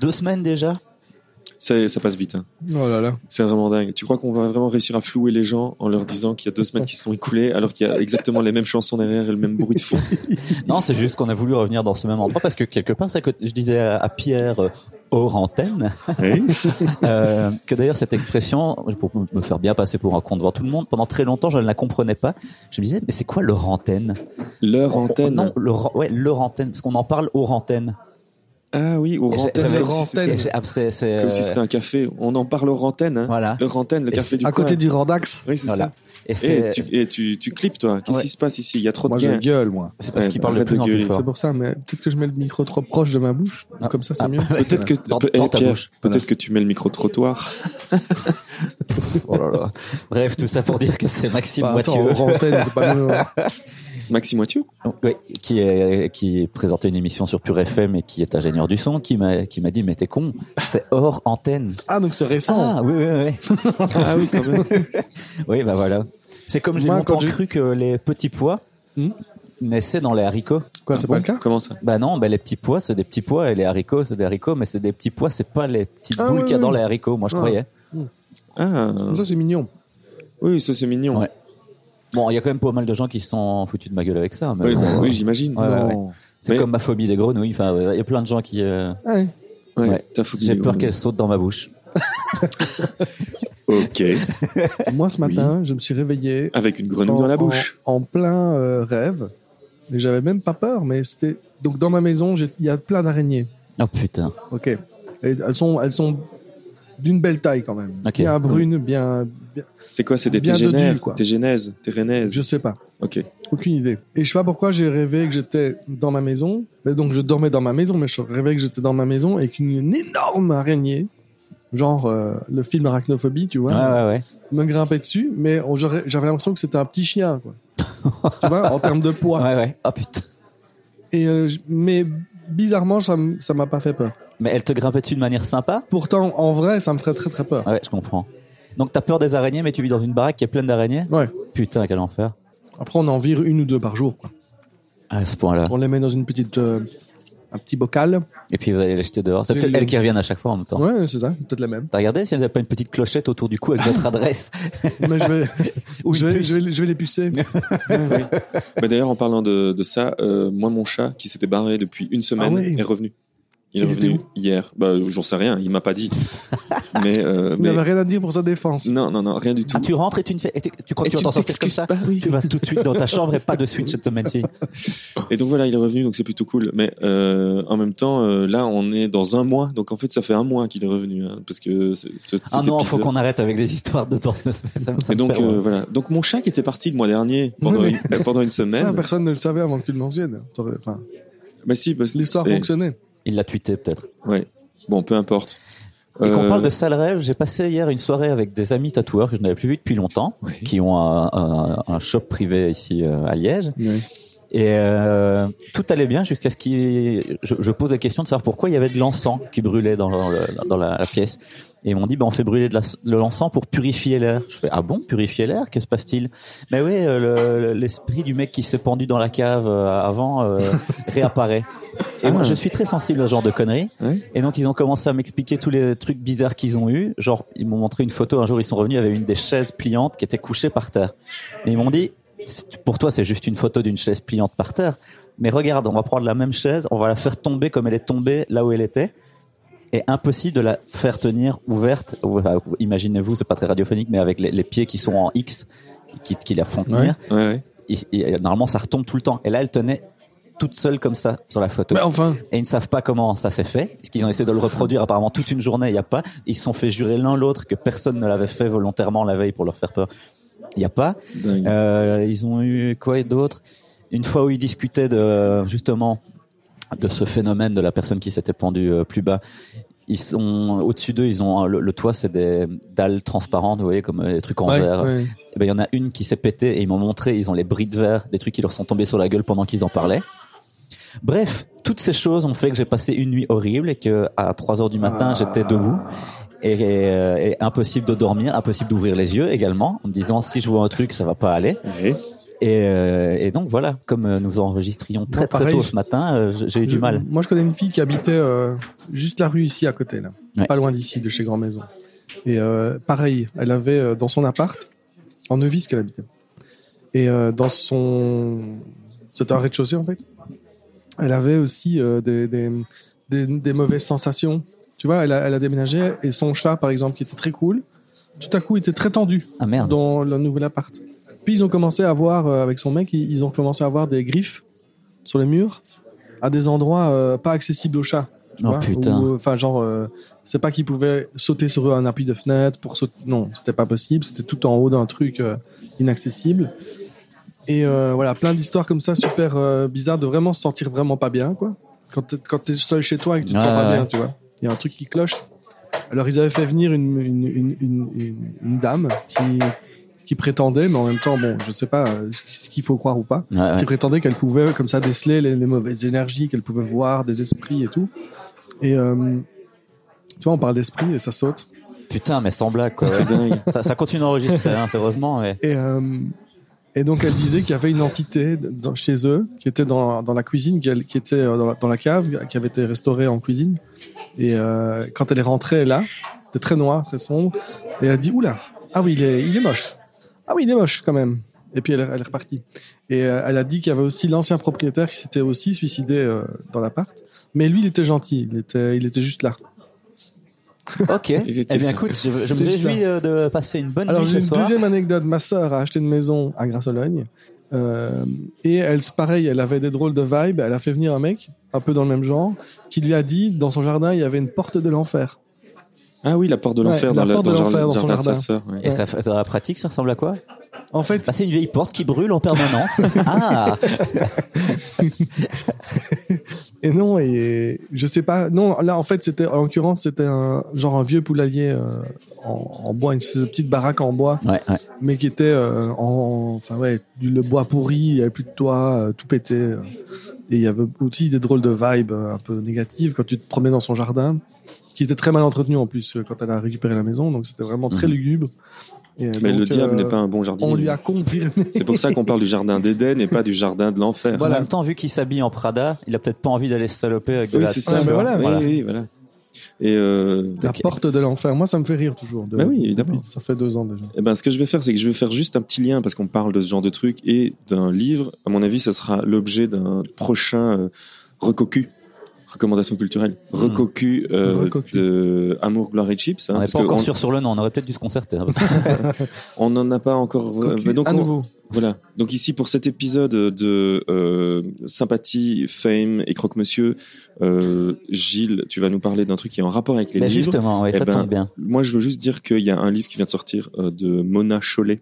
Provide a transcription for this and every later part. Deux semaines déjà C'est- Ça passe vite. hein. Oh là là. C'est vraiment dingue. Tu crois qu'on va vraiment réussir à flouer les gens en leur disant qu'il y a deux semaines qui se sont écoulées alors qu'il y a exactement les mêmes chansons derrière et le même bruit de fond Non, c'est juste qu'on a voulu revenir dans ce même endroit parce que quelque part, c'est à côté- je disais à à Pierre euh, hors antenne euh, que d'ailleurs cette expression, pour me faire bien passer pour un con devant tout le monde, pendant très longtemps, je ne la comprenais pas. Je me disais, mais c'est quoi leur antenne Leur antenne. Oh, Non, leur, ouais, leur antenne, parce qu'on en parle hors antenne. Ah oui, ou antenne. J'avais- Leur antenne. j'ai- ah, c'est- c'est, Comme euh, si c'était un café. On en parle aux antennes. Hein. Voilà. Leur antenne, le Et café c'est du À coin. côté du Randax. Oui, c'est Voilà. Et ça. Et c'est Eh, tu, et tu, tu clips, toi. Qu'est-ce Ouais. qui se passe ici Il y a trop Moi, de je gains. gueule, moi. c'est parce Ouais, qu'il parle de arrête plus de en plus gueuler, fort. C'est pour ça, mais peut-être que je mets le micro trop proche de ma bouche. Ah. Comme ça, c'est Ah. mieux. Peut-être que, Dans- peut- dans eh, ta Pierre, bouche. peut-être que tu mets le micro-trottoir. Oh là là. Bref, tout ça pour dire que c'est Maxime Bah, attends, Moitieu. hors antenne, c'est pas mieux. Maxime Moitieu Oui, qui, est, qui présentait une émission sur Pure FM et qui est ingénieur du son, qui m'a qui m'a dit mais t'es con, c'est hors antenne. Ah, donc c'est récent. Ah oui oui oui. ah oui quand même. oui bah voilà. C'est comme j'ai Moi, quand longtemps j'ai- cru que les petits pois Hmm naissaient dans les haricots. Quoi, c'est Ah bon pas le cas Comment ça Bah non, bah les petits pois c'est des petits pois et les haricots c'est des haricots, mais c'est des petits pois, c'est pas les petites Ah, boules oui, qu'il y a oui. dans les haricots. Moi je Ah. croyais. Ah, Comme ça, c'est mignon. oui, ça c'est mignon. Ouais. Bon, il y a quand même pas mal de gens qui se sont foutus de ma gueule avec ça. Mais Oui, bon, bah, euh, oui, j'imagine. Ouais, ouais, Non. c'est mais- comme ma phobie des grenouilles. Enfin, il y a plein de gens qui. euh, Ah ouais. Ouais, Ouais. T'as foutu J'ai les peur grenouilles. qu'elle saute dans ma bouche. Ok. Moi, ce matin, je me suis réveillé Avec une grenouille dans la bouche. en- en plein euh, rêve. Et j'avais même pas peur, mais c'était. Donc, dans ma maison, j'ai- il y a plein d'araignées. Oh putain. Ok. Et elles sont, elles sont d'une belle taille quand même. Ok. Bien brunes, bien, bien- C'est quoi C'est des Bien tégénères dodu, quoi. Tégénèses Térénèses Je sais pas. Ok. Aucune idée. Et je sais pas pourquoi j'ai rêvé que j'étais dans ma maison. Mais donc je dormais dans ma maison, mais je rêvais que j'étais dans ma maison et qu'une énorme araignée, genre euh, le film Arachnophobie, tu vois, Ouais, ouais, ouais. me grimpait dessus. Mais on- j'aurais- j'avais l'impression que c'était un petit chien, quoi. tu vois, en termes de poids. Ouais, ouais. Oh putain. Et euh, je- mais bizarrement, ça m- ça m'a pas fait peur. Mais elle te grimpait dessus de manière sympa Pourtant, en vrai, ça me ferait très très peur. Ouais, je comprends. Donc t'as peur des araignées, mais tu vis dans une baraque qui est pleine d'araignées Ouais. Putain, quel enfer. Après, on en vire une ou deux par jour. Quoi. Ah, à ce point-là. On les met dans une petite, euh, un petit bocal. Et puis vous allez les jeter dehors. C'est C'est peut-être le- elles qui reviennent à chaque fois en même temps. Ouais, c'est ça, peut-être la même. T'as regardé si elle n'avait pas une petite clochette autour du cou avec votre adresse Mais je vais, Ou je une vais, puce je vais, je vais les pucer. Bah, D'ailleurs, en parlant de, de ça, euh, moi, mon chat qui s'était barré depuis une semaine Ah ouais. est revenu. Il est Il était revenu hier. Bah, j'en sais rien, il m'a pas dit. mais, euh, Il mais- n'avait rien à dire pour sa défense. non, non, non, rien du tout. Ah, tu rentres et tu ne fais. et tu, tu crois Et que tu tu entends sortir comme t'excuses ça pas, oui. Tu vas tout de suite dans ta chambre et pas de suite cette semaine-ci. Ah. Et donc voilà, il est revenu, donc c'est plutôt cool. Mais euh, en même temps, euh, là, on est dans un mois, donc en fait, ça fait un mois qu'il est revenu, hein, parce que ce, ce, Ah cet non, faut épisode- qu'on arrête avec les histoires de temps. Ça, me- ça me Et donc perd, euh, ouais. voilà. Donc mon chat qui était parti le mois dernier pendant, Oui, une, pendant une Ça, semaine. personne ne le savait avant que tu le mentionnes. T'aurais- Enfin, Bah si, parce- L'histoire eh, fonctionnait. Il l'a tweeté peut-être. Ouais. Bon, peu importe. Et qu'on Euh, parle de sale rêve, j'ai passé hier une soirée avec des amis tatoueurs que je n'avais plus vus depuis longtemps, qui ont un, un- un shop privé ici euh, à Liège. Et euh, tout allait bien jusqu'à ce qu'il... Je, je pose la question de savoir pourquoi il y avait de l'encens qui brûlait dans, le- dans la, la pièce. Et ils m'ont dit, ben, on fait brûler de la- de l'encens pour purifier l'air. Je fais, ah bon, purifier l'air Que se passe-t-il Mais oui, euh, le- le- l'esprit du mec qui s'est pendu dans la cave euh, avant euh, réapparaît. Et moi, je suis très sensible à ce genre de conneries. Ouais. Et donc, ils ont commencé à m'expliquer tous les trucs bizarres qu'ils ont eu. Genre, ils m'ont montré une photo. Un jour, ils sont revenus, il y avait une des chaises pliantes qui était couchée par terre. Et ils m'ont dit, pour toi, c'est juste une photo d'une chaise pliante par terre. Mais regarde, on va prendre la même chaise, on va la faire tomber comme elle est tombée là où elle était. Et impossible de la faire tenir ouverte. Ou- enfin, Imaginez-vous, c'est pas très radiophonique, mais avec les, les pieds qui sont en X, qui, qui la font tenir. Euh, Ouais, ouais. Et- et normalement, ça retombe tout le temps. Et là, elle tenait toute seule comme ça sur la photo Mais enfin, et ils ne savent pas comment ça s'est fait, parce qu'ils ont essayé de le reproduire apparemment toute une journée, il n'y a pas. Ils se sont fait jurer l'un l'autre que personne ne l'avait fait volontairement la veille pour leur faire peur. Il n'y a pas. Dingue. Euh, ils ont eu quoi d'autre Une fois où ils discutaient de justement de ce phénomène de la personne qui s'était pendue euh, plus bas. Ils sont au-dessus d'eux, ils ont un- le, le toit, c'est des dalles transparentes, vous voyez, comme euh, des trucs en ouais, verre. ouais. Eh ben, il y en a une qui s'est pétée et ils m'ont montré, ils ont les bris de verre, des trucs qui leur sont tombés sur la gueule pendant qu'ils en parlaient. Bref, toutes ces choses ont fait que j'ai passé une nuit horrible et que à 3 heures du matin, Ah. j'étais debout et, euh, et impossible de dormir, impossible d'ouvrir les yeux également, en me disant si je vois un truc, ça va pas aller. Ouais. Et, euh, et donc voilà, comme euh, nous enregistrions très Moi, très pareil. tôt ce matin, euh, j'ai eu Je- du mal. Moi, je connais une fille qui habitait euh, juste la rue ici à côté, là, Ouais. pas loin d'ici, de chez Grand Maison. Et euh, pareil, elle avait euh, dans son appart, en Neuvis qu'elle habitait. Et euh, dans son. C'était un rez-de-chaussée, en fait. Elle avait aussi euh, des, des, des- des mauvaises sensations. Tu vois, elle a, elle a déménagé et son chat, par exemple, qui était très cool, tout à coup était très tendu Ah merde. dans le nouvel appart. Puis ils ont commencé à voir, euh, avec son mec, ils ils ont commencé à avoir des griffes sur les murs à des endroits euh, pas accessibles aux chats. tu Oh, vois, putain. où, euh, Enfin, genre, euh, c'est pas qu'ils pouvaient sauter sur un appui de fenêtre pour sauter. Non, c'était pas possible. C'était tout en haut d'un truc euh, inaccessible. Et euh, voilà, plein d'histoires comme ça, super euh, bizarres, de vraiment se sentir vraiment pas bien, quoi. Quand t'es, quand t'es seul chez toi et que tu te Ouais, sens pas ouais. bien, tu vois. Il y a un truc qui cloche. Alors, ils avaient fait venir une, une, une, une, une- une dame qui, qui prétendait, mais en même temps, bon, je sais pas euh, ce qui- ce qu'il faut croire ou pas, Ouais, ouais. qui prétendait qu'elle pouvait comme ça déceler les, les mauvaises énergies, qu'elle pouvait voir des esprits et tout. Et euh, tu vois, on parle d'esprit et ça saute. Putain, mais sans blague quoi. C'est dingue. ça, ça continue d'enregistrer, hein, sérieusement. Mais... Et, euh, et donc elle disait qu'il y avait une entité dans- chez eux qui était dans, dans la cuisine, qui, qui était euh, dans la, dans la cave, qui avait été restaurée en cuisine. Et euh, quand elle est rentrée là, c'était très noir, très sombre. Et elle a dit Oula, ah oui, il est, il est moche. Ah oui, il est moche quand même. Et puis elle, est- elle est repartie. Et euh, elle a dit qu'il y avait aussi l'ancien propriétaire qui s'était aussi suicidé euh, dans l'appart. Mais lui, il était gentil. Il était, il était juste là. Ok. Eh était bien, ça. écoute, je, je me C'était juste réjouis euh, de passer une bonne Alors nuit j'ai ce une soir. deuxième anecdote. Ma sœur a acheté une maison à Grasse-Ologne. Euh, et elle, c'est pareil, elle avait des drôles de vibes. Elle a fait venir un mec, un peu dans le même genre, qui lui a dit, dans son jardin, il y avait une porte de l'enfer. Ah oui, la porte de Ouais, l'enfer la dans, le- porte de dans le l'enfer jardin, dans son jardin de sa jardin. sœur. ouais. Et ça, dans la pratique, ça ressemble à quoi En fait, Ah, c'est une vieille porte qui brûle en permanence. ah, et non, et je sais pas. Non, là, en fait, c'était, en l'occurrence, c'était un genre un vieux poulailler euh, en, en bois, une espèce de petite baraque en bois, ouais, ouais. mais qui était euh, en, en- enfin ouais, du, le bois pourri, il y avait plus de toit, euh, tout pété. euh. et il y avait aussi des drôles de vibes euh, un peu négatives quand tu te promenais dans son jardin, qui était très mal entretenu en plus euh, quand elle a récupéré la maison, donc c'était vraiment très Mhm. lugubre. Et, euh, Mais donc, le diable euh, n'est pas un bon jardinier. On lui a confirmé. C'est pour ça qu'on parle du jardin d'Éden et pas du jardin de l'enfer. Voilà. En même temps, vu qu'il s'habille en Prada, il a peut-être pas envie d'aller se saloper avec de Oui, la c'est ça. Ouais, tu mais vois. voilà, Oui, oui, voilà. Et euh, La Ok. porte de l'enfer. Moi, ça me fait rire toujours. De, Bah oui, évidemment. Ça fait deux ans déjà. eh ben, ce que je vais faire, c'est que je vais faire juste un petit lien parce qu'on parle de ce genre de truc et d'un livre. À mon avis, ça sera l'objet d'un prochain euh, recocu. Recommandation culturelle. Recocu, euh, Hmm. Recocu. de Amour, Gloire et Chips. hein, On n'est parce pas que encore on- sûr sur le nom, on aurait peut-être dû se concerter. hein. on n'en a pas encore. euh, Cocu, Mais donc, à on- nouveau. Voilà. Donc ici pour cet épisode de euh, sympathie, fame et croque-monsieur, euh, Gilles, tu vas nous parler d'un truc qui est en rapport avec les Bah, Mais livres. justement, ouais, Eh ça ben, tombe bien. Moi, je veux juste dire qu'il y a un livre qui vient de sortir euh, de Mona Chollet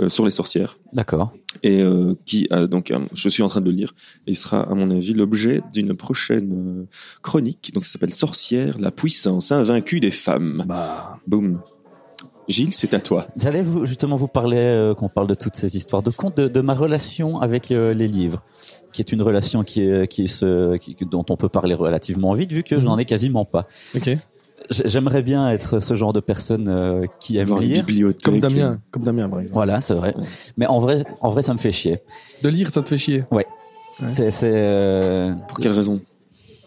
euh, sur les sorcières D'accord. et euh, qui a donc euh, je suis en train de le lire et il sera à mon avis l'objet d'une prochaine euh, chronique. Donc ça s'appelle Sorcière, la puissance invaincue des femmes. Bah. Boum. Gilles, c'est à toi. J'allais vous- justement vous parler, euh, qu'on parle de toutes ces histoires de contes, de, de ma relation avec euh, les livres, qui est une relation qui est, qui se, qui- dont on peut parler relativement vite, vu Mhm. que j'en ai quasiment pas. Ok. J- J'aimerais bien être ce genre de personne euh, qui aime Voir une lire. bibliothèque. Comme Damien. Comme Damien, par exemple. Voilà, c'est vrai. Mais en vrai, en vrai, ça me fait chier. De lire, ça te fait chier. C'est, c'est, euh, Pour quelle raison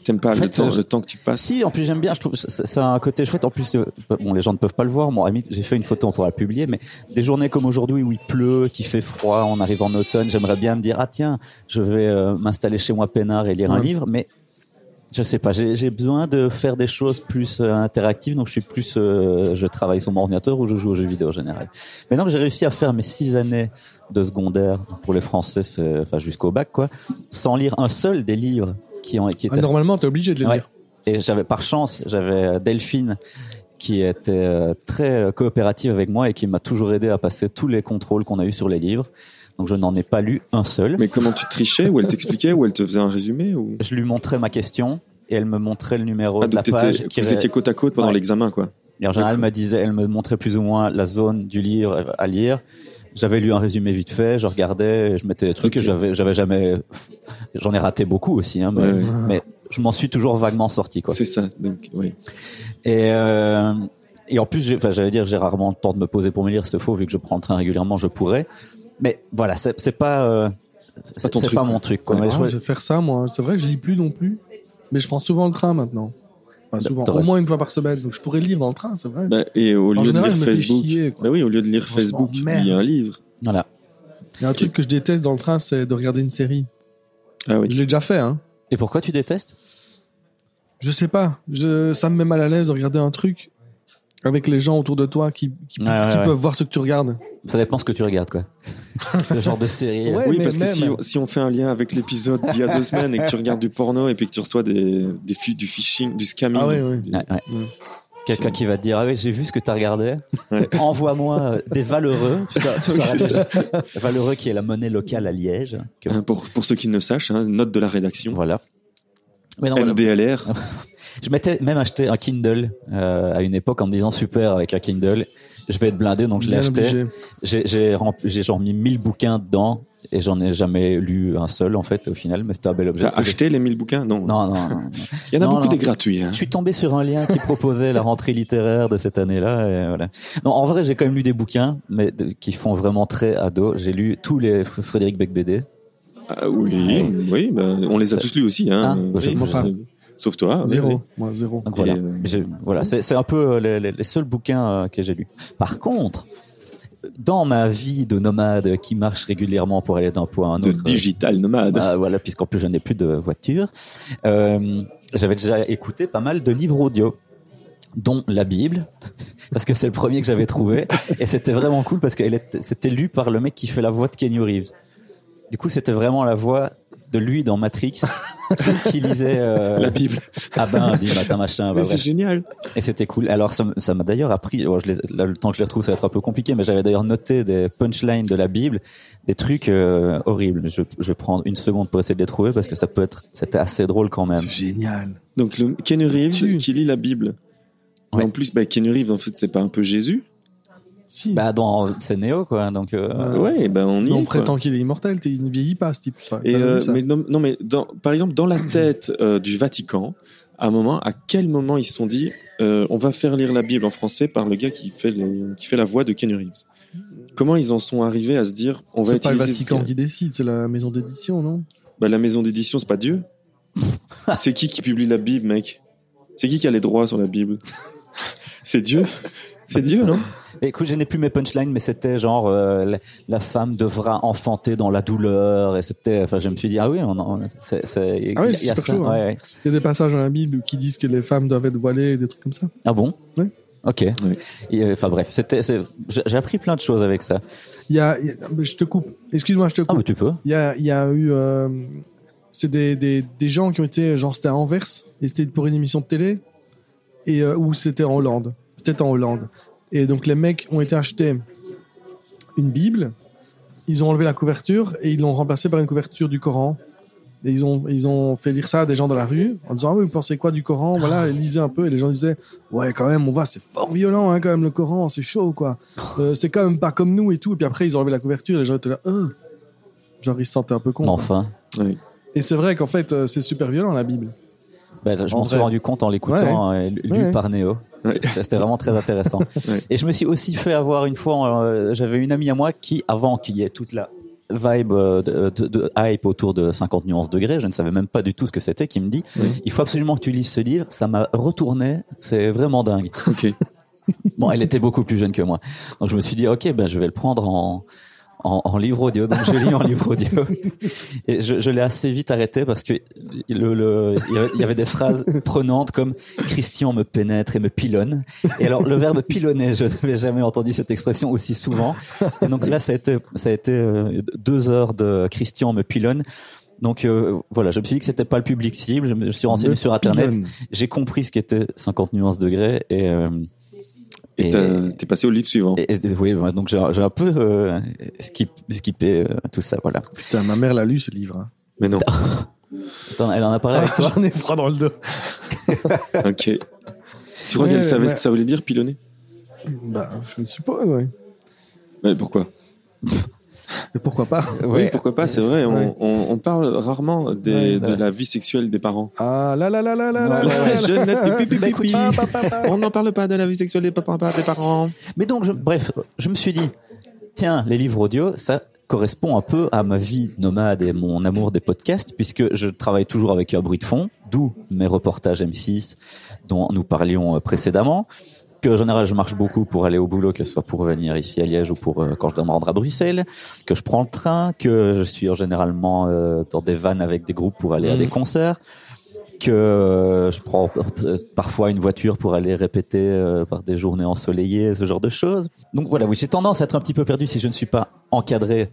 T'aimes pas En le, fait, temps, euh, le temps que tu passes Si, en plus j'aime bien. Je trouve ça ça a un côté chouette. En plus, euh, bon, les gens ne peuvent pas le voir. Moi, ami, j'ai fait une photo, on pourra la publier. Mais des journées comme aujourd'hui où il pleut, qu'il fait froid, on arrive en automne, j'aimerais bien me dire ah tiens, je vais euh, m'installer chez moi peinard et lire un Ouais. livre. Mais je sais pas, j'ai j'ai besoin de faire des choses plus euh, interactives. Donc je suis plus, euh, je travaille sur mon ordinateur ou je joue aux jeux vidéo en général. Maintenant que j'ai réussi à faire mes six années de secondaire pour les Français, c'est- enfin jusqu'au bac quoi, sans lire un seul des livres qui ont qui Ah, étaient normalement, t'es obligé de les Ouais. lire. et j'avais par chance, j'avais euh, Delphine qui était euh, très euh, coopérative avec moi et qui m'a toujours aidé à passer tous les contrôles qu'on a eu sur les livres. Donc je n'en ai pas lu un seul. Mais comment tu trichais Ou elle t'expliquait Ou elle te faisait un résumé ou... Je lui montrais ma question et elle me montrait le numéro Ah, de la donc t'étais- page. qui vous ré- étiez côte à côte pendant Ouais. l'examen, quoi. Et en général, elle me disait, elle me montrait plus ou moins la zone du livre à lire. J'avais lu un résumé vite fait, je regardais, je mettais des trucs Ok. et j'avais, j'avais jamais, j'en ai raté beaucoup aussi, hein, mais, Ouais, ouais. Ah. mais je m'en suis toujours vaguement sorti, quoi. C'est ça. Donc, oui. Et, euh, et en plus, j'ai- enfin, j'allais dire, j'ai rarement le temps de me poser pour me lire, c'est faux, vu que je prends le train régulièrement, je pourrais. Mais voilà, c'est c'est pas, euh, c'est pas ton c'est truc, pas quoi. mon truc. quoi. Mais je Ah, vois- je vais faire ça, moi. C'est vrai que je lis plus non plus. Mais je prends souvent le train maintenant. Enfin, souvent, T'aurais- au moins une fois par semaine. Donc je pourrais lire dans le train, c'est vrai. Bah, et au lieu général, de je lire me fais Facebook, chier, quoi. bah oui, au lieu de lire Je me Facebook, merde. il y a un livre. Voilà. Il y a un truc que je déteste dans le train, c'est de regarder une série. Ah oui. Je l'ai déjà fait, hein. Et pourquoi tu détestes Je sais pas. Je, ça me met mal à l'aise de regarder un truc avec les gens autour de toi qui, qui, Ouais, ouais, qui ouais. peuvent voir ce que tu regardes. Ça dépend ce que tu regardes, quoi. le genre de série. euh. Ouais, oui, mais parce que même- si, si on fait un lien avec l'épisode d'il y a deux semaines et que tu regardes du porno et puis que tu reçois des, des fu- du phishing, du scamming, Ah ouais, ouais. des- Ouais, ouais. Ouais. Quelqu'un qui va te dire ah oui j'ai vu ce que t'as regardé Ouais. envoie-moi euh, des valeureux Tu sais- tu Oui, sauras c'est ça. déjà. euh, valeureux qui est la monnaie locale à Liège que- Hein, pour, pour ceux qui ne le sachent, hein, note de la rédaction, voilà mais non, voilà. MDLR, je m'étais même acheté un Kindle euh, à une époque en me disant super avec un Kindle je vais être blindé donc je l'ai Bien acheté obligé. j'ai j'ai rem- j'ai genre mis 1000 bouquins dedans et j'en ai jamais lu un seul en fait au final mais c'était un bel objet t'as acheté les 1000 bouquins Non. non non, non. Il y en a Non, beaucoup non. des gratuits. hein. Je suis tombé sur un lien qui proposait la rentrée littéraire de cette année-là. et voilà. Non, en vrai, j'ai quand même lu des bouquins, mais de- qui font vraiment très ado. J'ai lu tous les F- Frédéric Beck BD. Ah oui, oui, bah, on les a tous lus aussi. Hein. Ah, bah, je- Oui, moi je- pas. Sauf toi. Ah, oui, oui. Zéro. Moi, zéro. Donc voilà, Et, euh, J'ai- voilà, c'est c'est un peu euh, les, les- les seuls bouquins euh, que j'ai lus. Par contre, dans ma vie de nomade qui marche régulièrement pour aller d'un point à un autre, De euh, digital nomade. Ah, voilà, puisqu'en plus je n'ai plus de voiture. Euh, J'avais déjà écouté pas mal de livres audio, dont la Bible, parce que c'est le premier que j'avais trouvé, et c'était vraiment cool parce qu'elle était- c'était lu par le mec qui fait la voix de Kenny Reeves. Du coup, c'était vraiment la voix de lui dans Matrix qui, qui lisait euh, la Bible. Ah ben, dit matin machin. bah Mais c'est bref. génial. Et c'était cool. Alors ça m- ça m'a d'ailleurs appris, bon, je les- là, le temps que je les retrouve ça va être un peu compliqué, mais j'avais d'ailleurs noté des punchlines de la Bible, des trucs euh, horribles. Je, je vais prendre une seconde pour essayer de les trouver parce que ça peut être, c'était assez drôle quand Ah, même. C'est génial. Donc le Ken Reeves Tu- qui lit la Bible. Mais Ouais. En plus, bah, Ken Reeves, en fait, c'est pas un peu Jésus Si. Bah dans c'est Néo quoi, donc euh, Ouais. Ouais, ben on y Mais est. on quoi. prétend qu'il est immortel. t'es- Il ne vieillit pas, ce type. Enfin, Et t'as vu euh, ça mais non, non, mais dans, par exemple, dans la tête euh, du Vatican, à un moment, à quel moment ils se sont dit, euh, on va faire lire la Bible en français par le gars qui fait, le- qui fait la voix de Ken Reeves Comment ils en sont arrivés à se dire, on va C'est pas le utiliser ce Vatican gars qui décide, c'est la maison d'édition, non Bah, la maison d'édition, c'est pas Dieu. c'est qui qui publie la Bible, mec C'est qui qui a les droits sur la Bible C'est Dieu C'est Dieu, non écoute, je n'ai plus mes punchlines, mais c'était genre euh, la, la femme devra enfanter dans la douleur et c'était, enfin je me suis dit ah oui, on, en- c'est, c'est, Ah oui, il y a- c'est il y a super ça, chaud, hein. ouais, ouais. Il y a des passages dans la Bible où qui disent que les femmes doivent être voilées et des trucs comme ça. ah bon. Oui. Ok. Oui. Et, euh, Enfin bref, c'était, c'est- j'ai j'ai appris plein de choses avec ça. Il y a, il y a- mais je te coupe. Excuse-moi, je te Ah coupe. mais tu peux. Il y a, il y a eu. euh, c'est des, des, des gens qui ont été. Genre, c'était à Anvers et c'était pour une émission de télé. Et euh, où c'était en Hollande. Peut-être en Hollande. Et donc, les mecs ont été achetés une Bible. Ils ont enlevé la couverture et ils l'ont remplacée par une couverture du Coran. Et ils ont, ils ont fait lire ça à des gens dans la rue en disant Ah oui, vous pensez quoi du Coran Voilà, et lisez un peu. Et les gens disaient Ouais, quand même, on voit, c'est fort violent, hein, quand même, le Coran, c'est chaud, quoi. Euh, c'est quand même pas comme nous et tout. Et puis après, ils ont enlevé la couverture et les gens étaient là Euh. Genre, ils se sentaient un peu con. Mais Enfin. Et c'est vrai qu'en fait, euh, c'est super violent la Bible. Ben, je En m'en suis vrai. rendu compte en l'écoutant, euh, lu Ouais. par Néo. Ouais. C'était c'était vraiment très intéressant. Ouais. Et je me suis aussi fait avoir une fois, euh, j'avais une amie à moi qui, avant qu'il y ait toute la vibe euh, de, de- de hype autour de 50 nuances degrés, je ne savais même pas du tout ce que c'était, qui me dit, il faut absolument que tu lises ce livre, ça m'a retourné, c'est vraiment dingue. Ok. Bon, elle était beaucoup plus jeune que moi. Donc je me suis dit, ok, ben je vais le prendre en, en, en livre audio. Donc je lis en livre audio. Et je, je l'ai assez vite arrêté parce que le, le, il, y avait, il y avait des phrases prenantes comme Christian me pénètre et me pilonne. Et alors le verbe pilonner, je n'avais jamais entendu cette expression aussi souvent. Et donc là, ça a été, ça a été euh, deux heures de Christian me pilonne. Donc euh, voilà, je me suis dit que c'était pas le public cible. Je me je suis renseigné Le sur internet. pilonne. J'ai compris ce qu'était 50 nuances degrés et euh, Et t'as- t'es passé au livre suivant. et- et- oui, bah, donc j'ai un j'ai un peu euh, skip, skippé euh, tout ça, voilà. Putain, ma mère l'a lu ce livre. hein. Mais non. Attends, elle en a parlé avec toi J'en ai froid dans le dos. Ok. Tu crois Ouais, qu'elle savait ouais. ce que ça voulait dire, pilonner Bah, je suppose, ouais. Mais pourquoi Mais pourquoi pas Oui, pourquoi pas, c'est vrai. On, on- on parle rarement des- Ouais, de ouais. la vie sexuelle des parents. Ah Bah, là là là là là là Ouais, là ouais, là. Je ne- pipi, pipi, pipi. Pa, pa, pa, pa. On n'en parle pas de la vie sexuelle des papas- des parents. Mais donc, je, bref, je me suis dit, tiens, les livres audio, ça correspond un peu à ma vie nomade et mon amour des podcasts, puisque je travaille toujours avec un bruit de fond, d'où mes reportages M6 dont nous parlions euh, précédemment. Que, en général, je marche beaucoup pour aller au boulot, que ce soit pour venir ici à Liège ou pour euh, quand je dois me rendre à Bruxelles, que je prends le train, que je suis euh, généralement euh, dans des vannes avec des groupes pour aller à Mhm. des concerts, que euh, je prends euh, parfois une voiture pour aller répéter euh, par des journées ensoleillées, ce genre de choses. Donc voilà, oui, j'ai tendance à être un petit peu perdu si je ne suis pas encadré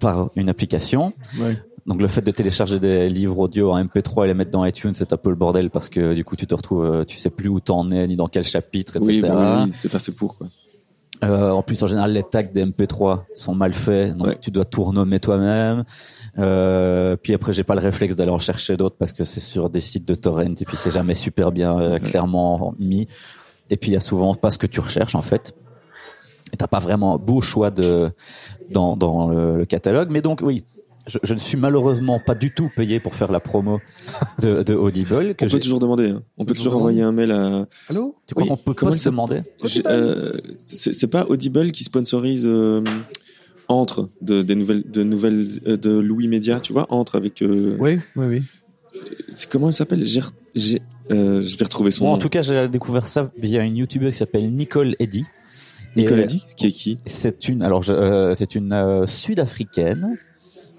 par une application. Ouais. Donc le fait de télécharger des livres audio en MP3 et les mettre dans iTunes, c'est un peu le bordel parce que du coup tu te retrouves, euh, tu sais plus où t'en es ni dans quel chapitre, etc. Oui, bah oui, c'est pas fait pour quoi. Euh, en plus, en général, les tags des MP3 sont mal faits, donc Ouais. tu dois tout renommer toi-même. Euh, puis après, j'ai pas le réflexe d'aller en chercher d'autres parce que c'est sur des sites de torrent et puis c'est jamais super bien euh, clairement mis. Et puis il y a souvent pas ce que tu recherches en fait. Et t'as pas vraiment un beau choix de dans, dans le, le catalogue. Mais donc oui, je, je ne suis malheureusement pas du tout payé pour faire la promo de, de Audible. Que On peut j'ai- toujours demander. hein. On peut Toujours toujours envoyer un mail à. Allô Tu crois Oui, qu'on peut comment pas il se s'appelle demander J'ai- euh, c'est c'est pas Audible qui sponsorise euh, Entre de, des nouvelles de nouvelles euh, de Louis Média, tu vois Entre avec. euh, Oui, oui, oui. c'est- Comment elle s'appelle Gér- Gé- euh, Je vais retrouver son Moi, en nom. tout cas, j'ai découvert ça via une youtubeuse qui s'appelle Nicole Eddy. Nicolas Et Di, qui est qui C'est une, alors, je- euh, c'est une euh, Sud-africaine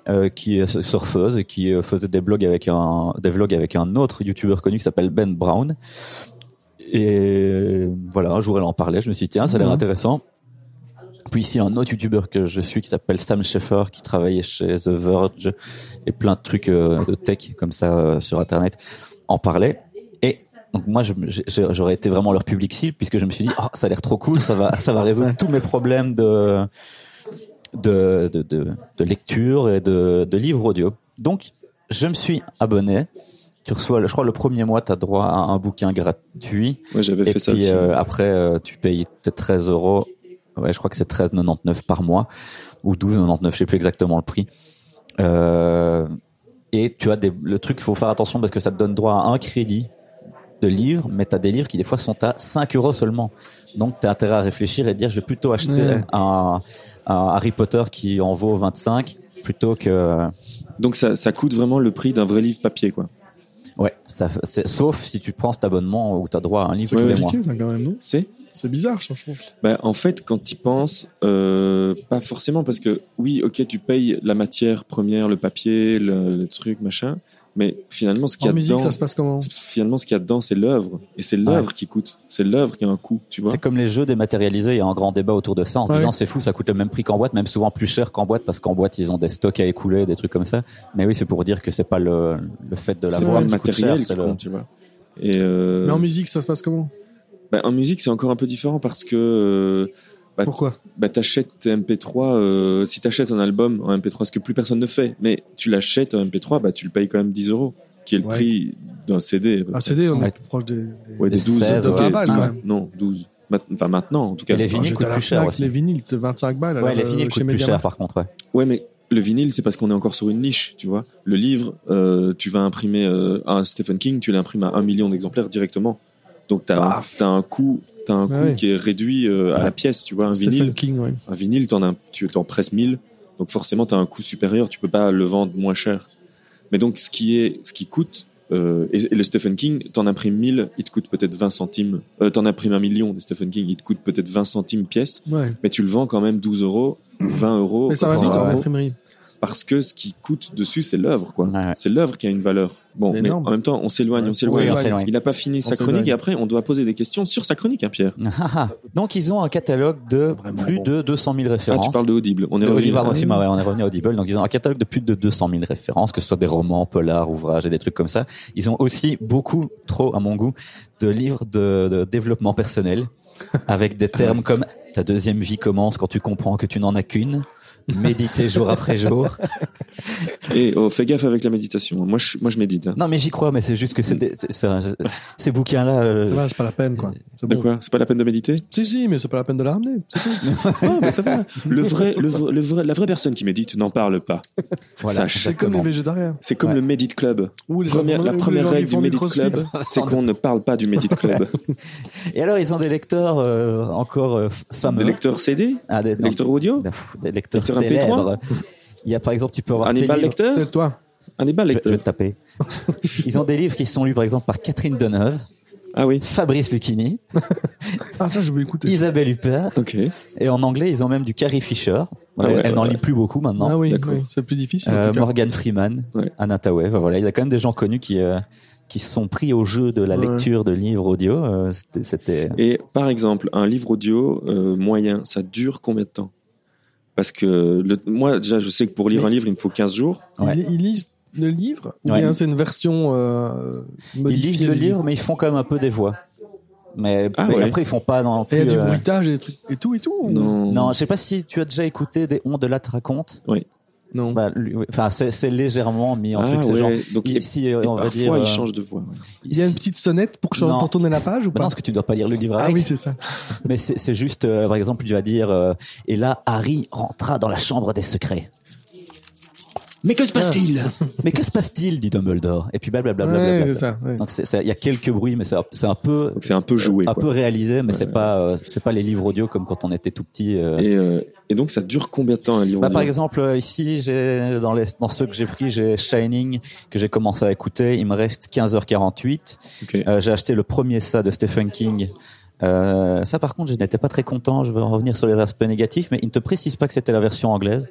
euh, qui est surfeuse et qui euh, faisait des blogs avec un, des vlogs avec un autre youtubeur connu qui s'appelle Ben Brown. Et voilà, un jour elle en parlait, je me suis dit tiens, ça a l'air Mhm. intéressant. Puis ici un autre youtubeur que je suis qui s'appelle Sam Sheffer qui travaillait chez The Verge et plein de trucs euh, de tech comme ça euh, sur internet en parlait. Et donc moi, je- j'ai- j'aurais été vraiment leur public cible puisque je me suis dit, oh, ça a l'air trop cool, ça va, ça va résoudre tous mes problèmes de de, de, de, de lecture et de, de livres audio. Donc, je me suis abonné. Tu reçois, le- je crois, le premier mois, tu as droit à un bouquin gratuit. Ouais, j'avais Et fait puis ça aussi. euh, après, euh, tu payes peut-être 13 euros. Ouais, je crois que c'est 13,99 par mois ou 12,99, je sais plus exactement le prix. Euh, et tu as des, le truc, faut faire attention parce que ça te donne droit à un crédit de livres, mais tu as des livres qui des fois sont à 5 euros seulement. Donc tu as intérêt à réfléchir et te dire je vais plutôt acheter Ouais. un, un Harry Potter qui en vaut 25 plutôt que... Donc ça, ça coûte vraiment le prix d'un vrai livre papier, quoi. Ouais, ça, c'est- sauf si tu prends cet abonnement où tu as droit à un livre C'est tous les mois. compliqué, ça, quand même, non C'est C'est bizarre, je trouve. Bah, en fait, quand tu penses, euh, pas forcément, parce que oui, ok, tu payes la matière première, le papier, le, le truc, machin, mais finalement, ce qu'il y En a musique, dedans, ça se passe comment finalement, ce qu'il y a dedans, c'est l'œuvre, et c'est l'œuvre qui coûte, c'est l'œuvre qui a un coût, tu vois. C'est comme les jeux dématérialisés, il y a un grand débat autour de ça en se Ouais. disant c'est fou, ça coûte le même prix qu'en boîte, même souvent plus cher qu'en boîte parce qu'en boîte ils ont des stocks à écouler, des trucs comme ça. Mais oui, c'est pour dire que c'est pas le, le fait de C'est l'avoir le qui coûte cher, matériel c'est qui le- compte, tu vois. Et euh, Mais en musique, ça se passe comment bah, en musique, c'est encore un peu différent parce que euh, Bah, Pourquoi bah, t'achètes tes MP3, euh, si t'achètes un album en MP3, ce que plus personne ne fait, mais tu l'achètes en MP3, bah, tu le payes quand même 10 euros, qui est le Ouais. prix d'un CD. à peu Un près. CD, on Ouais. est plus proche Ah, des. des- Ouais, des Des 12, 16, ok, ouais. 20 balles, quand 12, même. Non, 12. Ma- Enfin, maintenant, en tout cas. Et les Enfin, vinyles Ah, j'étais coûtent à la plus cher Fnac, aussi. Les vinyles, c'est 25 balles. Ouais, les alors, euh, vinyles chez coûtent plus Mediamar. cher par contre. ouais. Ouais, mais le vinyle, c'est parce qu'on est encore sur une niche, tu vois. Le livre, euh, tu vas imprimer euh, un Stephen King, tu l'imprimes à un million d'exemplaires directement. Donc, t'as un- t'as un coût, t'as un Ouais, coût ouais. qui est réduit euh, à la pièce, tu vois. Un Stephen vinyle, King, ouais. un vinyle, t'en as- tu t'en presses 1000, donc forcément t'as un coût supérieur, tu peux pas le vendre moins cher. Mais donc ce qui est, ce qui coûte, euh, et, et le Stephen King, t'en imprimes 1000, il te coûte peut-être 20 centimes, euh, t'en imprimes un million de Stephen King, il te coûte peut-être 20 centimes pièce, Ouais. mais tu le vends quand même 12 euros, 20 euros, Mais ça va 40 vite en euros, imprimerie. parce que ce qui coûte dessus, c'est l'œuvre, quoi. Ouais, ouais. C'est l'œuvre qui a une valeur. Bon, C'est mais énorme. en même temps, on s'éloigne, Ouais. Oui, on Ouais, s'éloigne. on ouais. s'éloigne. Il n'a pas fini sa s'éloigne. chronique et après, on doit poser des questions sur sa chronique, hein, Pierre. Donc ils ont un catalogue de vraiment plus bon. de 200 000 Ah, références. tu parles de Audible. Ah On est De revenu. Oliver Rothman, ouais, on est revenu à Audible. Donc, ils ont un catalogue de plus de 200 000 références, que ce soit des romans, polars, ouvrages et des trucs comme ça. Ils ont aussi beaucoup, trop à mon goût, de livres de, de développement personnel, avec des termes comme ta deuxième vie commence quand tu comprends que tu n'en as qu'une. Méditer jour après jour. Et oh, fais gaffe avec la méditation. Moi, je, moi, je médite. hein. Non, mais j'y crois, mais c'est juste que c'est des- c'est- c'est un- ces bouquins-là. euh, Ça va, c'est pas la peine, quoi. C'est De bon. quoi C'est pas la peine de méditer Si, si, mais c'est pas la peine de la ramener. Ouais, mais ça va. Le vrai, le vrai- le vrai- la vraie personne qui médite n'en parle pas. voilà, Sache, C'est comme les exactement. végétariens. C'est comme Ouais. le Medit Club. Ou les gens- Première- la ou les première gens qui règle du font Medit crossfit. Club, c'est qu'on ne parle pas du Medit Club. Et alors, ils ont des lecteurs euh, encore euh, fameux. Des lecteurs CD Ah, des, Des non, lecteurs audio pff, des lecteurs Lecteur MP3? célèbres. Il y a par exemple, tu peux avoir Un tes Hannibal livres- lecteur Peut-être toi. Un Hannibal Je, je vais lecteur te taper. Ils ont des livres qui sont lus par exemple par Catherine Deneuve, Ah oui, Fabrice Lucchini, Ah, ça, je veux écouter. Isabelle Huppert, ok. et en anglais, ils ont même du Carrie Fisher. Ah ouais, elle ouais, n'en ouais. lit plus beaucoup maintenant. ah oui, d'accord. oui, c'est plus difficile. Euh, en tout cas. Morgan Freeman, Ouais. Anna Tawai, enfin, voilà, il y a quand même des gens connus qui euh, qui se sont pris au jeu de la Ouais. lecture de livres audio. euh, c'était- C'était Et par exemple, un livre audio euh, moyen, ça dure combien de temps Parce que le- moi, déjà, je sais que pour lire Mais- un livre, il me faut 15 jours. Ils- Ouais. Ils, lisent le livre ou Ouais. bien c'est une version euh, ils modifiée lisent le du livre, mais ils font quand même un peu des voix. Mais Ah mais ouais. après, ils font pas non Et il y a plus, du euh, bruitage et des trucs et tout et tout. ou- Non. Non, je sais pas si tu as déjà écouté des On de là te raconte. Non. Bah, lui- ouais, Enfin, c'est c'est légèrement mis en Ah truc ce ouais, genre. Donc, Il- et- si, euh, et on va parfois, dire, euh, il change de voix. il y a une petite sonnette pour, changer- Non. pour tourner la page ou bah non, pas parce que tu dois pas lire le livre Ah avec. oui, c'est ça. Mais c'est c'est juste, euh, par exemple, tu vas dire euh, Et là, Harry rentra dans la chambre des secrets. Mais que se passe-t-il Mais que se passe-t-il dit Dumbledore. Et puis blablabla. Ouais, blablabla. c'est ça. ouais. Donc c'est- c'est- il y a quelques bruits, mais c'est un- c'est un peu, Donc c'est un peu joué. un quoi. peu réalisé, mais Ouais, c'est ouais. pas, euh, c'est pas les livres audio comme quand on était tout petit. euh. Et, euh, et donc ça dure combien de temps un livre Bah, par audio exemple, euh, ici, j'ai dans, les, dans ceux que j'ai pris, j'ai Shining que j'ai commencé à écouter. Il me reste 15h48. Ok. Euh, j'ai acheté le premier ça de Stephen King. Euh, ça, par contre, je n'étais pas très content. Je veux en revenir sur les aspects négatifs, mais il ne te précise pas que c'était la version anglaise.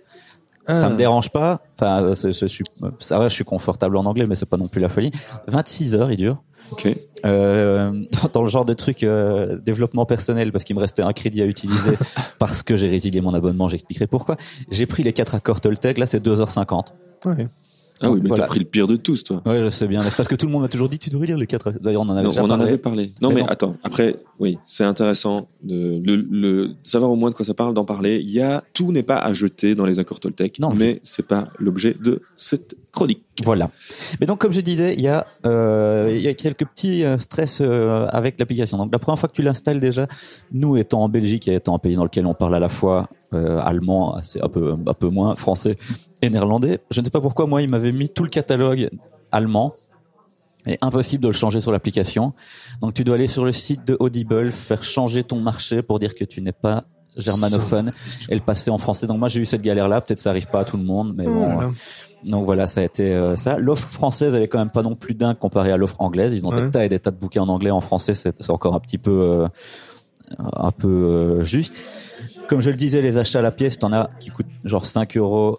Ça Ah. me dérange pas. Enfin, euh, c'est- je suis, ça va, je suis confortable en anglais, mais c'est pas non plus la folie. 26 heures, il dure. Ok. Euh, dans- dans le genre de truc euh, développement personnel, parce qu'il me restait un crédit à utiliser, parce que j'ai résilié mon abonnement, j'expliquerai pourquoi. J'ai pris les quatre accords Toltec. Là, c'est 2h50. Ouais. Ah oui, mais euh, Voilà. t'as pris le pire de tous, toi. Ouais, je sais bien. mais c'est parce que tout le monde m'a toujours dit, tu devrais lire les quatre. accords. D'ailleurs, on en avait Non, déjà on en parlé. avait parlé. Non, Mais mais, non. attends. Après, oui, c'est intéressant de le, le- de savoir au moins de quoi ça parle, d'en parler. Il y a tout n'est pas à jeter dans les accords Toltec, Non, mais c'est pas l'objet de cette chronique. Voilà. Mais donc, comme je disais, il y a, euh, il y a quelques petits euh, stress euh, avec l'application. Donc, la première fois que tu l'installes déjà, nous étant en Belgique et étant un pays dans lequel on parle à la fois euh, allemand, assez, un peu, un peu moins, français et néerlandais, je ne sais pas pourquoi, moi, il m'avait mis tout le catalogue allemand. Et impossible de le changer sur l'application. Donc, tu dois aller sur le site de Audible, faire changer ton marché pour dire que tu n'es pas germanophone et le passer en français. Donc, moi, j'ai eu cette galère-là. Peut-être ça arrive pas à tout le monde, mais bon. Voilà. Donc voilà, ça a été euh, ça. L'offre française, elle est quand même pas non plus dingue comparée à l'offre anglaise. Ils ont Ouais. des tas et des tas de bouquins en anglais, en français, c'est c'est encore un petit peu, euh, un peu euh, juste. Comme je le disais, les achats à la pièce, t'en as qui coûtent genre 5,99 euros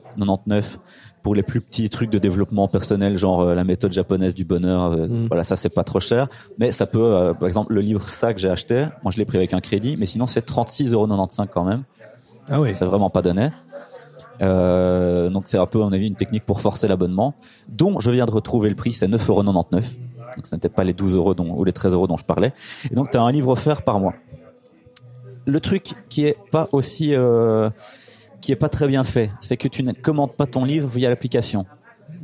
pour les plus petits trucs de développement personnel, genre euh, la méthode japonaise du bonheur. euh, Mm. Voilà, ça c'est pas trop cher, mais ça peut, euh, par exemple, le livre ça que j'ai acheté, moi je l'ai pris avec un crédit, mais sinon c'est 36,95 euros quand même. Ah ouais. C'est vraiment pas donné. Euh, donc c'est un peu à mon avis une technique pour forcer l'abonnement, dont je viens de retrouver le prix, c'est 9,99€. Donc ce n'était pas les 12 euros dont, ou les 13 euros dont je parlais. Et donc tu as un livre offert par mois. Le truc qui est pas aussi, euh, qui est pas très bien fait, c'est que tu ne commandes pas ton livre via l'application.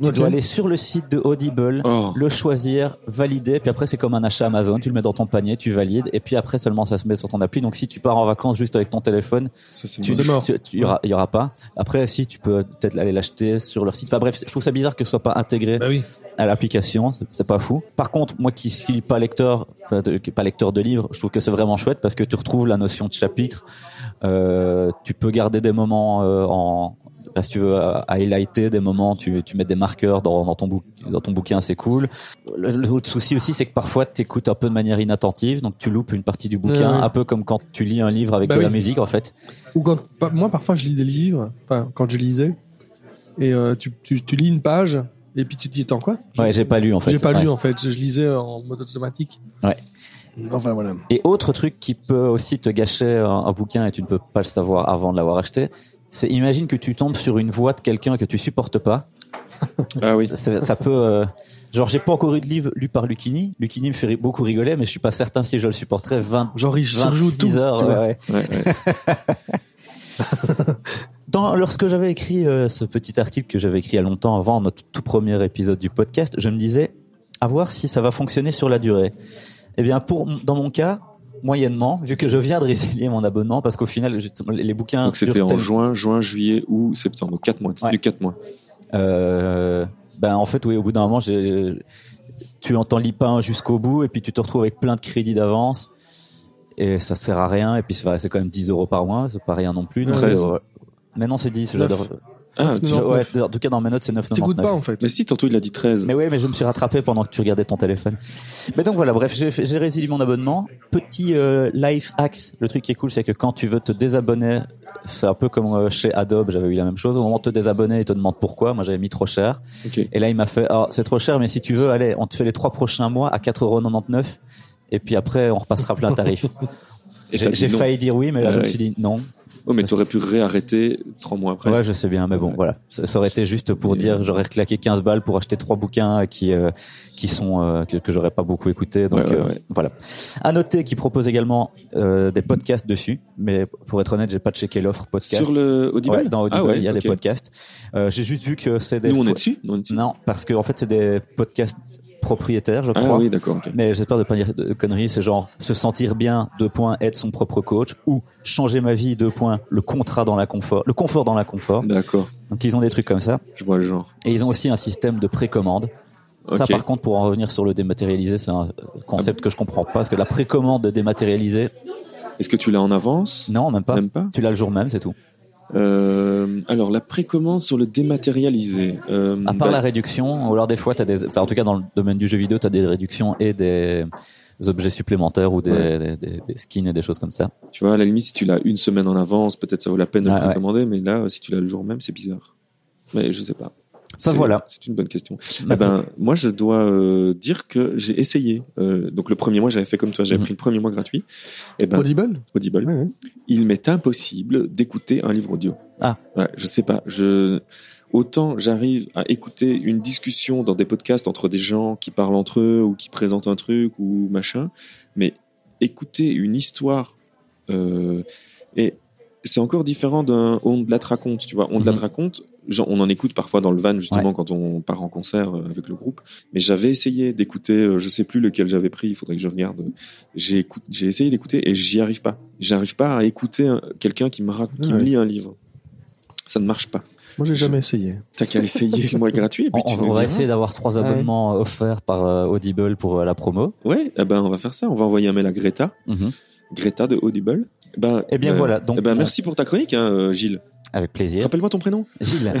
Tu Ok. dois aller sur le site de Audible, Oh. le choisir, valider, puis après c'est comme un achat Amazon, tu le mets dans ton panier, tu valides, et puis après seulement ça se met sur ton appli. Donc si tu pars en vacances juste avec ton téléphone, Ça, c'est tu, moche. c'est mort. tu- tu- il y aura, il y aura pas. Après, si tu peux peut-être aller l'acheter sur leur site. Enfin bref, je trouve ça bizarre que ce soit pas intégré Bah oui. à l'application. C'est c'est pas fou. Par contre, moi qui suis pas lecteur, enfin, de- qui est pas lecteur de livres, je trouve que c'est vraiment chouette parce que tu retrouves la notion de chapitre. Euh, tu peux garder des moments euh, en enfin, si tu veux euh, à- à highlighter des moments, tu, tu mets des marqueurs dans, dans ton, bou- dans ton bouquin, c'est cool. Le- L'autre souci aussi, c'est que parfois tu écoutes un peu de manière inattentive, donc tu loupes une partie du bouquin, Ouais, ouais. un peu comme quand tu lis un livre avec Bah de la oui. musique en fait. Ou quand, pa- moi, parfois, je lis des livres, enfin, quand je lisais, et euh, tu, tu, tu lis une page, et puis tu te dis, attends, quoi Ouais, j'ai pas lu en fait. J'ai pas Ouais. lu, en fait. Je, je lisais en mode automatique. Ouais. Enfin, voilà. Et autre truc qui peut aussi te gâcher un, un bouquin et tu ne peux pas le savoir avant de l'avoir acheté, c'est imagine que tu tombes sur une voix de quelqu'un que tu supportes pas. Ah oui. Ça, ça peut. euh, genre, j'ai pas encore eu de livre lu par Lucini. Lucini me fait ri- beaucoup rigoler, mais je suis pas certain si je le supporterais 20, Genre, il surjoue 26 tout. heures. tu vois. ouais, ouais. Ouais, ouais. Dans, lorsque j'avais écrit euh, ce petit article que j'avais écrit il y a longtemps avant notre tout premier épisode du podcast, je me disais à voir si ça va fonctionner sur la durée. Eh bien, pour dans mon cas, moyennement, vu que je viens de résilier mon abonnement, parce qu'au final, je- les bouquins. Donc c'était durent en tellement- juin, juin, juillet ou septembre. Donc 4 mois. T'as Ouais. tenu 4 mois. Euh, ben en fait, oui, au bout d'un moment, j'ai- tu entends lis pas un jusqu'au bout, et puis tu te retrouves avec plein de crédits d'avance. et ça sert à rien. Et puis c'est vrai, c'est quand même 10 euros par mois, c'est pas rien non plus. donc, 13. euh, Maintenant c'est 10, Neuf. j'adore. Ah, Neuf, tu- non. Ouais, en tout cas dans mes notes c'est 9,99. T'écoutes pas en fait. mais si, tantôt il a dit 13. Mais oui, mais je me suis rattrapé pendant que tu regardais ton téléphone. Mais donc voilà, bref, j'ai fait- j'ai résilié mon abonnement. Petit euh, life hack. Le truc qui est cool, c'est que quand tu veux te désabonner, c'est un peu comme euh, chez Adobe, j'avais eu la même chose. Au moment de te désabonner, il te demande pourquoi. Moi, j'avais mis trop cher. Ok. Et là, il m'a fait, ah, c'est trop cher, mais si tu veux, allez, on te fait les trois prochains mois à 4,99€. Et puis après, on repassera plein tarif. Et t'as J'ai dit j'ai non. failli dire oui, mais là, Ah je me oui. suis dit non. Oh, mais t'aurais pu réarrêter trois mois après. Ouais, je sais bien, mais bon, Ouais. voilà. Ça, ça aurait été juste pour Et- dire, j'aurais claqué 15 balles pour acheter trois bouquins qui euh, qui sont euh, que, que j'aurais pas beaucoup écouté. Donc Ouais, ouais, euh, ouais. voilà. À noter qu'ils proposent également euh, des podcasts dessus, mais pour être honnête, j'ai pas checké l'offre podcast. Sur le Audible Ouais, dans Audible, Ah ouais, il y a ok. des podcasts. Euh, j'ai juste vu que c'est des Nous, on est fois- dessus Nous, on est dessus. non parce que en fait c'est des podcasts propriétaires, je crois. Ah oui, d'accord. ok. Mais j'espère de pas dire de conneries, c'est genre se sentir bien, deux points, être son propre coach, ou changer ma vie, deux points, le contrat dans la confort, le confort dans la confort. D'accord, Donc ils ont des trucs comme ça. je vois le genre. Et ils ont aussi un système de précommande. Ça, Ok. par contre, pour en revenir sur le dématérialisé, c'est un concept que je comprends pas, parce que la précommande de dématérialisé, Est-ce que tu l'as en avance non, même pas. Même pas Tu l'as le jour même, c'est tout. Euh, Alors, la précommande sur le dématérialisé. Euh, À part bah, la réduction, ou alors des fois, t'as des, enfin, en tout cas, dans le domaine du jeu vidéo, t'as des réductions et des objets supplémentaires ou des, Ouais. des- des- des skins et des choses comme ça. Tu vois, à la limite, si tu l'as une semaine en avance, peut-être ça vaut la peine de Ouais, le ouais. précommander, mais là, si tu l'as le jour même, c'est bizarre. Mais je sais pas. C'est- Bah, voilà. Bah, C'est une bonne question. Eh ben, moi, je dois euh, dire que j'ai essayé. Euh, donc, le premier mois, j'avais fait comme toi, j'avais Mhm. pris le premier mois gratuit. Et ben, Audible Audible. Ouais, ouais. il m'est impossible d'écouter un livre audio. Ah. Ouais, je sais pas. Je autant j'arrive à écouter une discussion dans des podcasts entre des gens qui parlent entre eux ou qui présentent un truc ou machin, mais écouter une histoire euh, et c'est encore différent d'un on de la te raconte. Tu vois, on de la Mhm. te raconte. genre, on en écoute parfois dans le van justement quand on part en concert euh, avec le groupe. Mais j'avais essayé d'écouter, euh, je sais plus lequel j'avais pris. Il faudrait que je regarde j'ai écout- j'ai essayé d'écouter et j'y arrive pas. J'arrive pas à écouter un- quelqu'un qui me, ra- qui me Ouais. lit un livre. Ça ne marche pas. Moi, j'ai jamais essayé. T'as qu'à essayer le mois gratuit et puis On, tu on nous va diras. essayer d'avoir trois Ah ouais. abonnements offerts par euh, Audible pour euh, la promo. Ouais, eh ben on va faire ça. On va envoyer un mail à Greta, Mhm. Greta de Audible. Ben, Eh bien, euh, voilà. Donc, eh ben, on- merci pour ta chronique, hein, euh, Gilles. Avec plaisir. Rappelle-moi ton prénom. Gilles.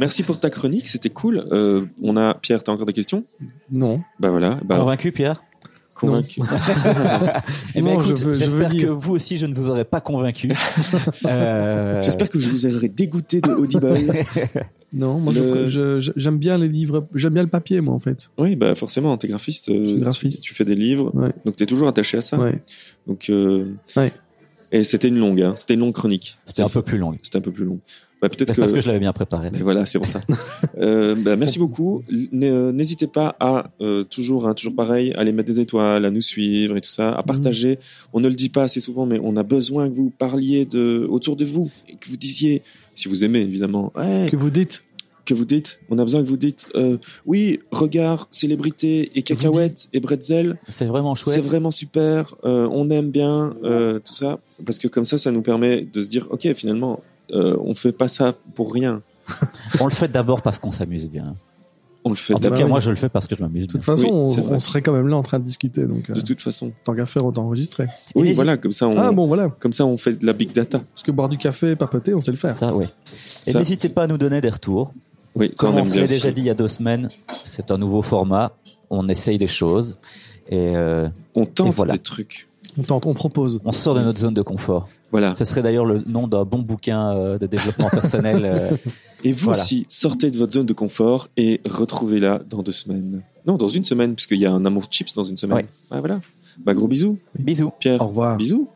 Merci pour ta chronique, c'était cool. Euh, on a Pierre, t'as encore des questions Non. Bah voilà. Bah, Convaincu, Pierre? convaincu. Eh ben, Non, écoute, je veux- je veux j'espère que dire. vous aussi, je ne vous aurais pas convaincu. Euh, J'espère que je vous aurai dégoûté de Audible. Non, moi, Le- je- je- j'aime bien les livres, j'aime bien le papier, moi, en fait. oui, bah forcément, t'es graphiste. euh, Je suis tu- graphiste. Tu, fais des livres, Ouais. donc t'es toujours attaché à ça. Ouais. Donc, euh, Ouais. Et c'était une longue, hein. c'était une longue chronique. C'était un peu plus long. C'était un peu plus long. Bah, peut-être que. Parce que je l'avais bien préparé. Mais Ben voilà, c'est pour ça. Euh, bah, merci beaucoup. N- euh, N'hésitez pas à euh, toujours, hein, toujours pareil, à aller mettre des étoiles, à nous suivre et tout ça, à partager. On ne le dit pas assez souvent, mais on a besoin que vous parliez de autour de vous et que vous disiez, si vous aimez évidemment, Ouais, Que vous dites. que vous dites. On a besoin que vous dites, euh, oui, regard, célébrité et cacahuètes et bretzel. C'est vraiment C'est chouette. vraiment super, euh, on aime bien euh, tout ça, parce que comme ça, ça nous permet de se dire, ok, finalement, euh, on fait pas ça pour rien. On le fait d'abord parce qu'on s'amuse bien. On le fait En tout bah cas, oui. moi, je le fais parce que je m'amuse De toute bien. façon, Oui, on- c'est on, vrai. serait quand même là en train de discuter, donc euh, de toute façon. tant qu'à faire, autant enregistrer. Et Oui, n'hésite- voilà, comme ça, on, Ah bon, voilà. comme ça, on fait de la big data. Parce que boire du café, papoter, on sait le faire. Ça, oui. Et Ça- n'hésitez pas à nous donner des retours. Oui, ça, Comme on on aime se bien. l'est déjà aussi. dit il y a deux semaines, c'est un nouveau format. On essaye des choses et euh, On tente Et voilà. des trucs. On tente, on propose. on sort de notre zone de confort. Voilà. Ce serait d'ailleurs le nom d'un bon bouquin euh, de développement personnel. euh, Et vous Voilà. aussi, sortez de votre zone de confort et retrouvez-la dans deux semaines. Non, dans une semaine, puisqu'il y a un amour chips dans une semaine. Ouais. Ah, voilà. Bah, gros bisous, Bisous. Pierre. Au revoir. Bisous.